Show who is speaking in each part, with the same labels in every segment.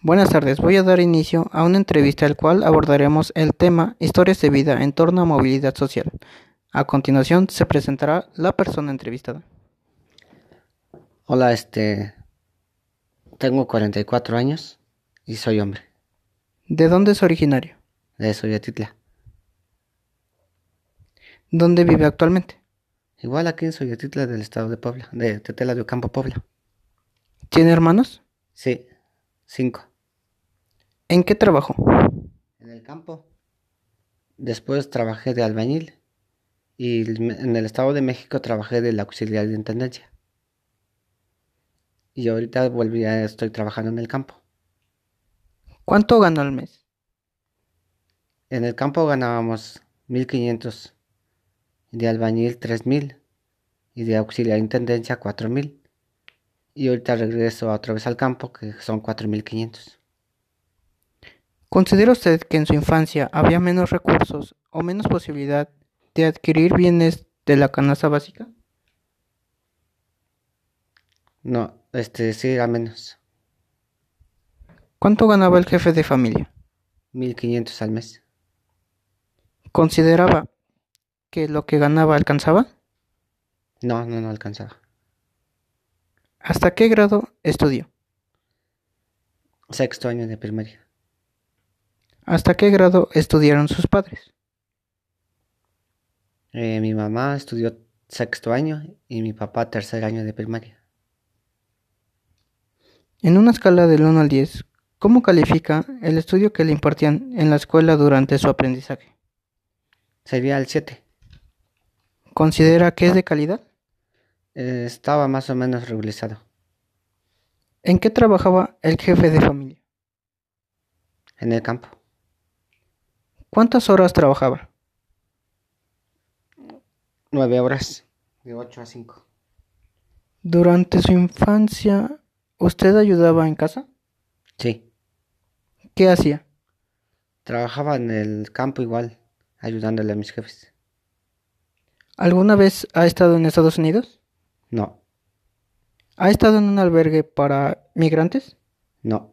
Speaker 1: Buenas tardes, voy a dar inicio a una entrevista el cual abordaremos el tema Historias de vida en torno a movilidad social. A continuación se presentará la persona entrevistada.
Speaker 2: Hola, este... Tengo 44 años y soy hombre,
Speaker 1: ¿De dónde es originario?
Speaker 2: de Soyotitla.
Speaker 1: ¿Dónde vive actualmente?
Speaker 2: Igual aquí en Soyotitla del estado de Puebla, de Tetela de Ocampo, Puebla.
Speaker 1: ¿Tiene hermanos?
Speaker 2: Sí, cinco.
Speaker 1: ¿En qué trabajó?
Speaker 2: En el campo. Después trabajé de albañil y me- en el Estado de México trabajé del auxiliar de intendencia. Y ahorita volví a estoy trabajando en el campo.
Speaker 1: ¿Cuánto ganó al mes?
Speaker 2: En el campo ganábamos 1500, de albañil 3000 y de auxiliar de intendencia 4000. Y ahorita regreso otra vez al campo que son 4500.
Speaker 1: ¿Considera usted que en su infancia había menos recursos o menos posibilidad de adquirir bienes de la canasta básica?
Speaker 2: No, este sí era menos,
Speaker 1: ¿Cuánto ganaba el jefe de familia?
Speaker 2: 1500 al mes.
Speaker 1: ¿Consideraba que lo que ganaba alcanzaba?
Speaker 2: No, no, no alcanzaba.
Speaker 1: ¿Hasta qué grado estudió?
Speaker 2: Sexto año de primaria.
Speaker 1: ¿Hasta qué grado estudiaron sus padres?
Speaker 2: Eh, mi mamá estudió sexto año y mi papá tercer año de primaria.
Speaker 1: En una escala del 1 al 10, ¿cómo califica el estudio que le impartían en la escuela durante su aprendizaje?
Speaker 2: Sería el 7.
Speaker 1: ¿Considera que es de calidad?
Speaker 2: Eh, estaba más o menos regularizado.
Speaker 1: ¿En qué trabajaba el jefe de familia?
Speaker 2: En el campo.
Speaker 1: ¿Cuántas horas trabajaba?
Speaker 2: Nueve horas. De 8 a 5.
Speaker 1: Durante su infancia, ¿usted ayudaba en casa?
Speaker 2: Sí.
Speaker 1: ¿Qué hacía?
Speaker 2: Trabajaba en el campo igual, ayudándole a mis jefes.
Speaker 1: ¿Alguna vez ha estado en Estados Unidos?
Speaker 2: No,
Speaker 1: ¿Ha estado en un albergue para migrantes?
Speaker 2: no,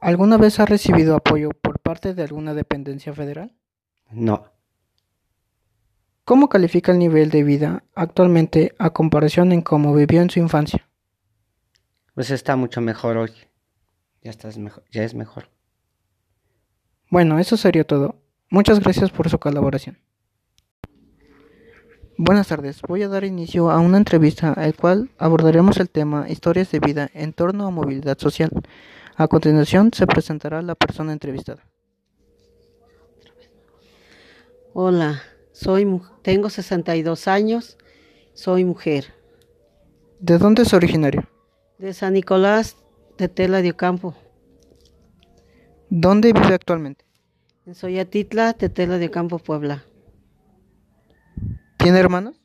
Speaker 1: ¿Alguna vez ha recibido apoyo por parte de alguna dependencia federal?
Speaker 2: no.
Speaker 1: ¿Cómo califica el nivel de vida actualmente a comparación en cómo vivió en su infancia?
Speaker 2: Pues está mucho mejor hoy. Ya estás mejor, ya es mejor.
Speaker 1: Bueno, eso sería todo. Muchas gracias por su colaboración. Buenas tardes, voy a dar inicio a una entrevista el cual abordaremos el tema historias de vida en torno a movilidad social. A continuación se presentará la persona entrevistada.
Speaker 3: Hola, soy, mu- tengo 62 años, soy mujer,
Speaker 1: ¿De dónde es originario?
Speaker 3: de San Nicolás de Tela de Ocampo,
Speaker 1: ¿Dónde vive actualmente?
Speaker 3: en Soyatitla de Tela de Ocampo, Puebla.
Speaker 1: ¿Tiene hermanos?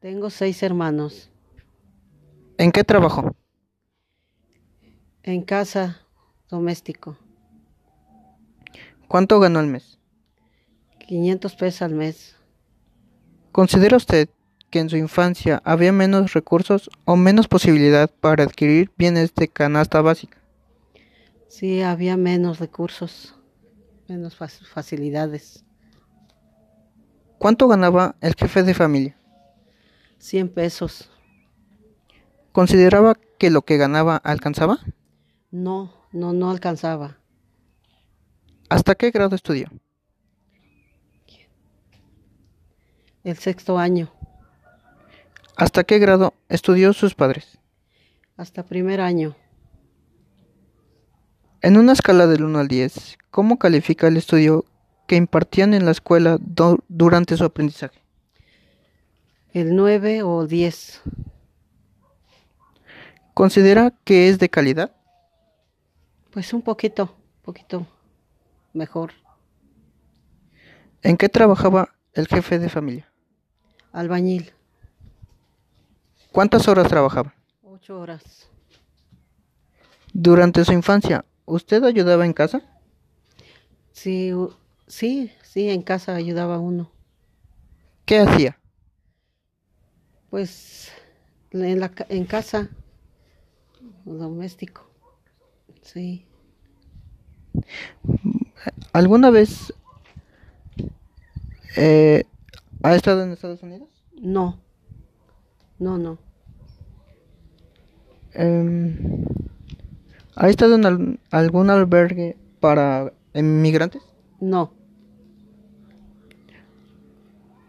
Speaker 3: Tengo seis hermanos.
Speaker 1: ¿En qué trabajó?
Speaker 3: En casa, doméstico,
Speaker 1: ¿Cuánto ganó al mes?
Speaker 3: 500 pesos al mes.
Speaker 1: ¿Considera usted que en su infancia había menos recursos o menos posibilidad para adquirir bienes de canasta básica?
Speaker 3: Sí, había menos recursos, menos fac- facilidades.
Speaker 1: ¿Cuánto ganaba el jefe de familia?
Speaker 3: 100 pesos.
Speaker 1: ¿Consideraba que lo que ganaba alcanzaba?
Speaker 3: No, no, no alcanzaba.
Speaker 1: ¿Hasta qué grado estudió?
Speaker 3: El sexto año,
Speaker 1: ¿Hasta qué grado estudió sus padres?
Speaker 3: hasta primer año.
Speaker 1: En una escala del 1 al 10, ¿cómo califica el estudio que impartían en la escuela do- durante su aprendizaje?
Speaker 3: El 9 o 10.
Speaker 1: ¿Considera que es de calidad?
Speaker 3: Pues un poquito, poquito mejor.
Speaker 1: ¿En qué trabajaba el jefe de familia?
Speaker 3: Albañil,
Speaker 1: ¿Cuántas horas trabajaba?
Speaker 3: ocho horas.
Speaker 1: Durante su infancia, ¿usted ayudaba en casa?
Speaker 3: Sí, u- sí, sí, en casa ayudaba uno.
Speaker 1: ¿Qué hacía?
Speaker 3: Pues en, la, ca- en casa, doméstico. sí.
Speaker 1: ¿Alguna vez eh, ha estado en Estados Unidos?
Speaker 3: No. No, no.
Speaker 1: Em, ¿Ha estado en al- algún albergue para inmigrantes?
Speaker 3: No.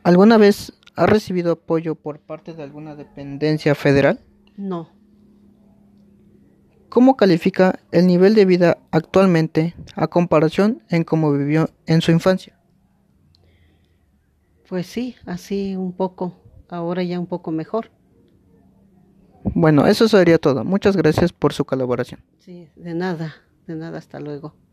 Speaker 1: ¿Alguna vez ha recibido apoyo por parte de alguna dependencia federal?
Speaker 3: No.
Speaker 1: ¿Cómo califica el nivel de vida actualmente a comparación en cómo vivió en su infancia?
Speaker 3: Pues sí, así un poco. Ahora ya un poco mejor.
Speaker 1: Bueno, eso sería todo. Muchas gracias por su colaboración.
Speaker 3: Sí, de nada. De nada, hasta luego.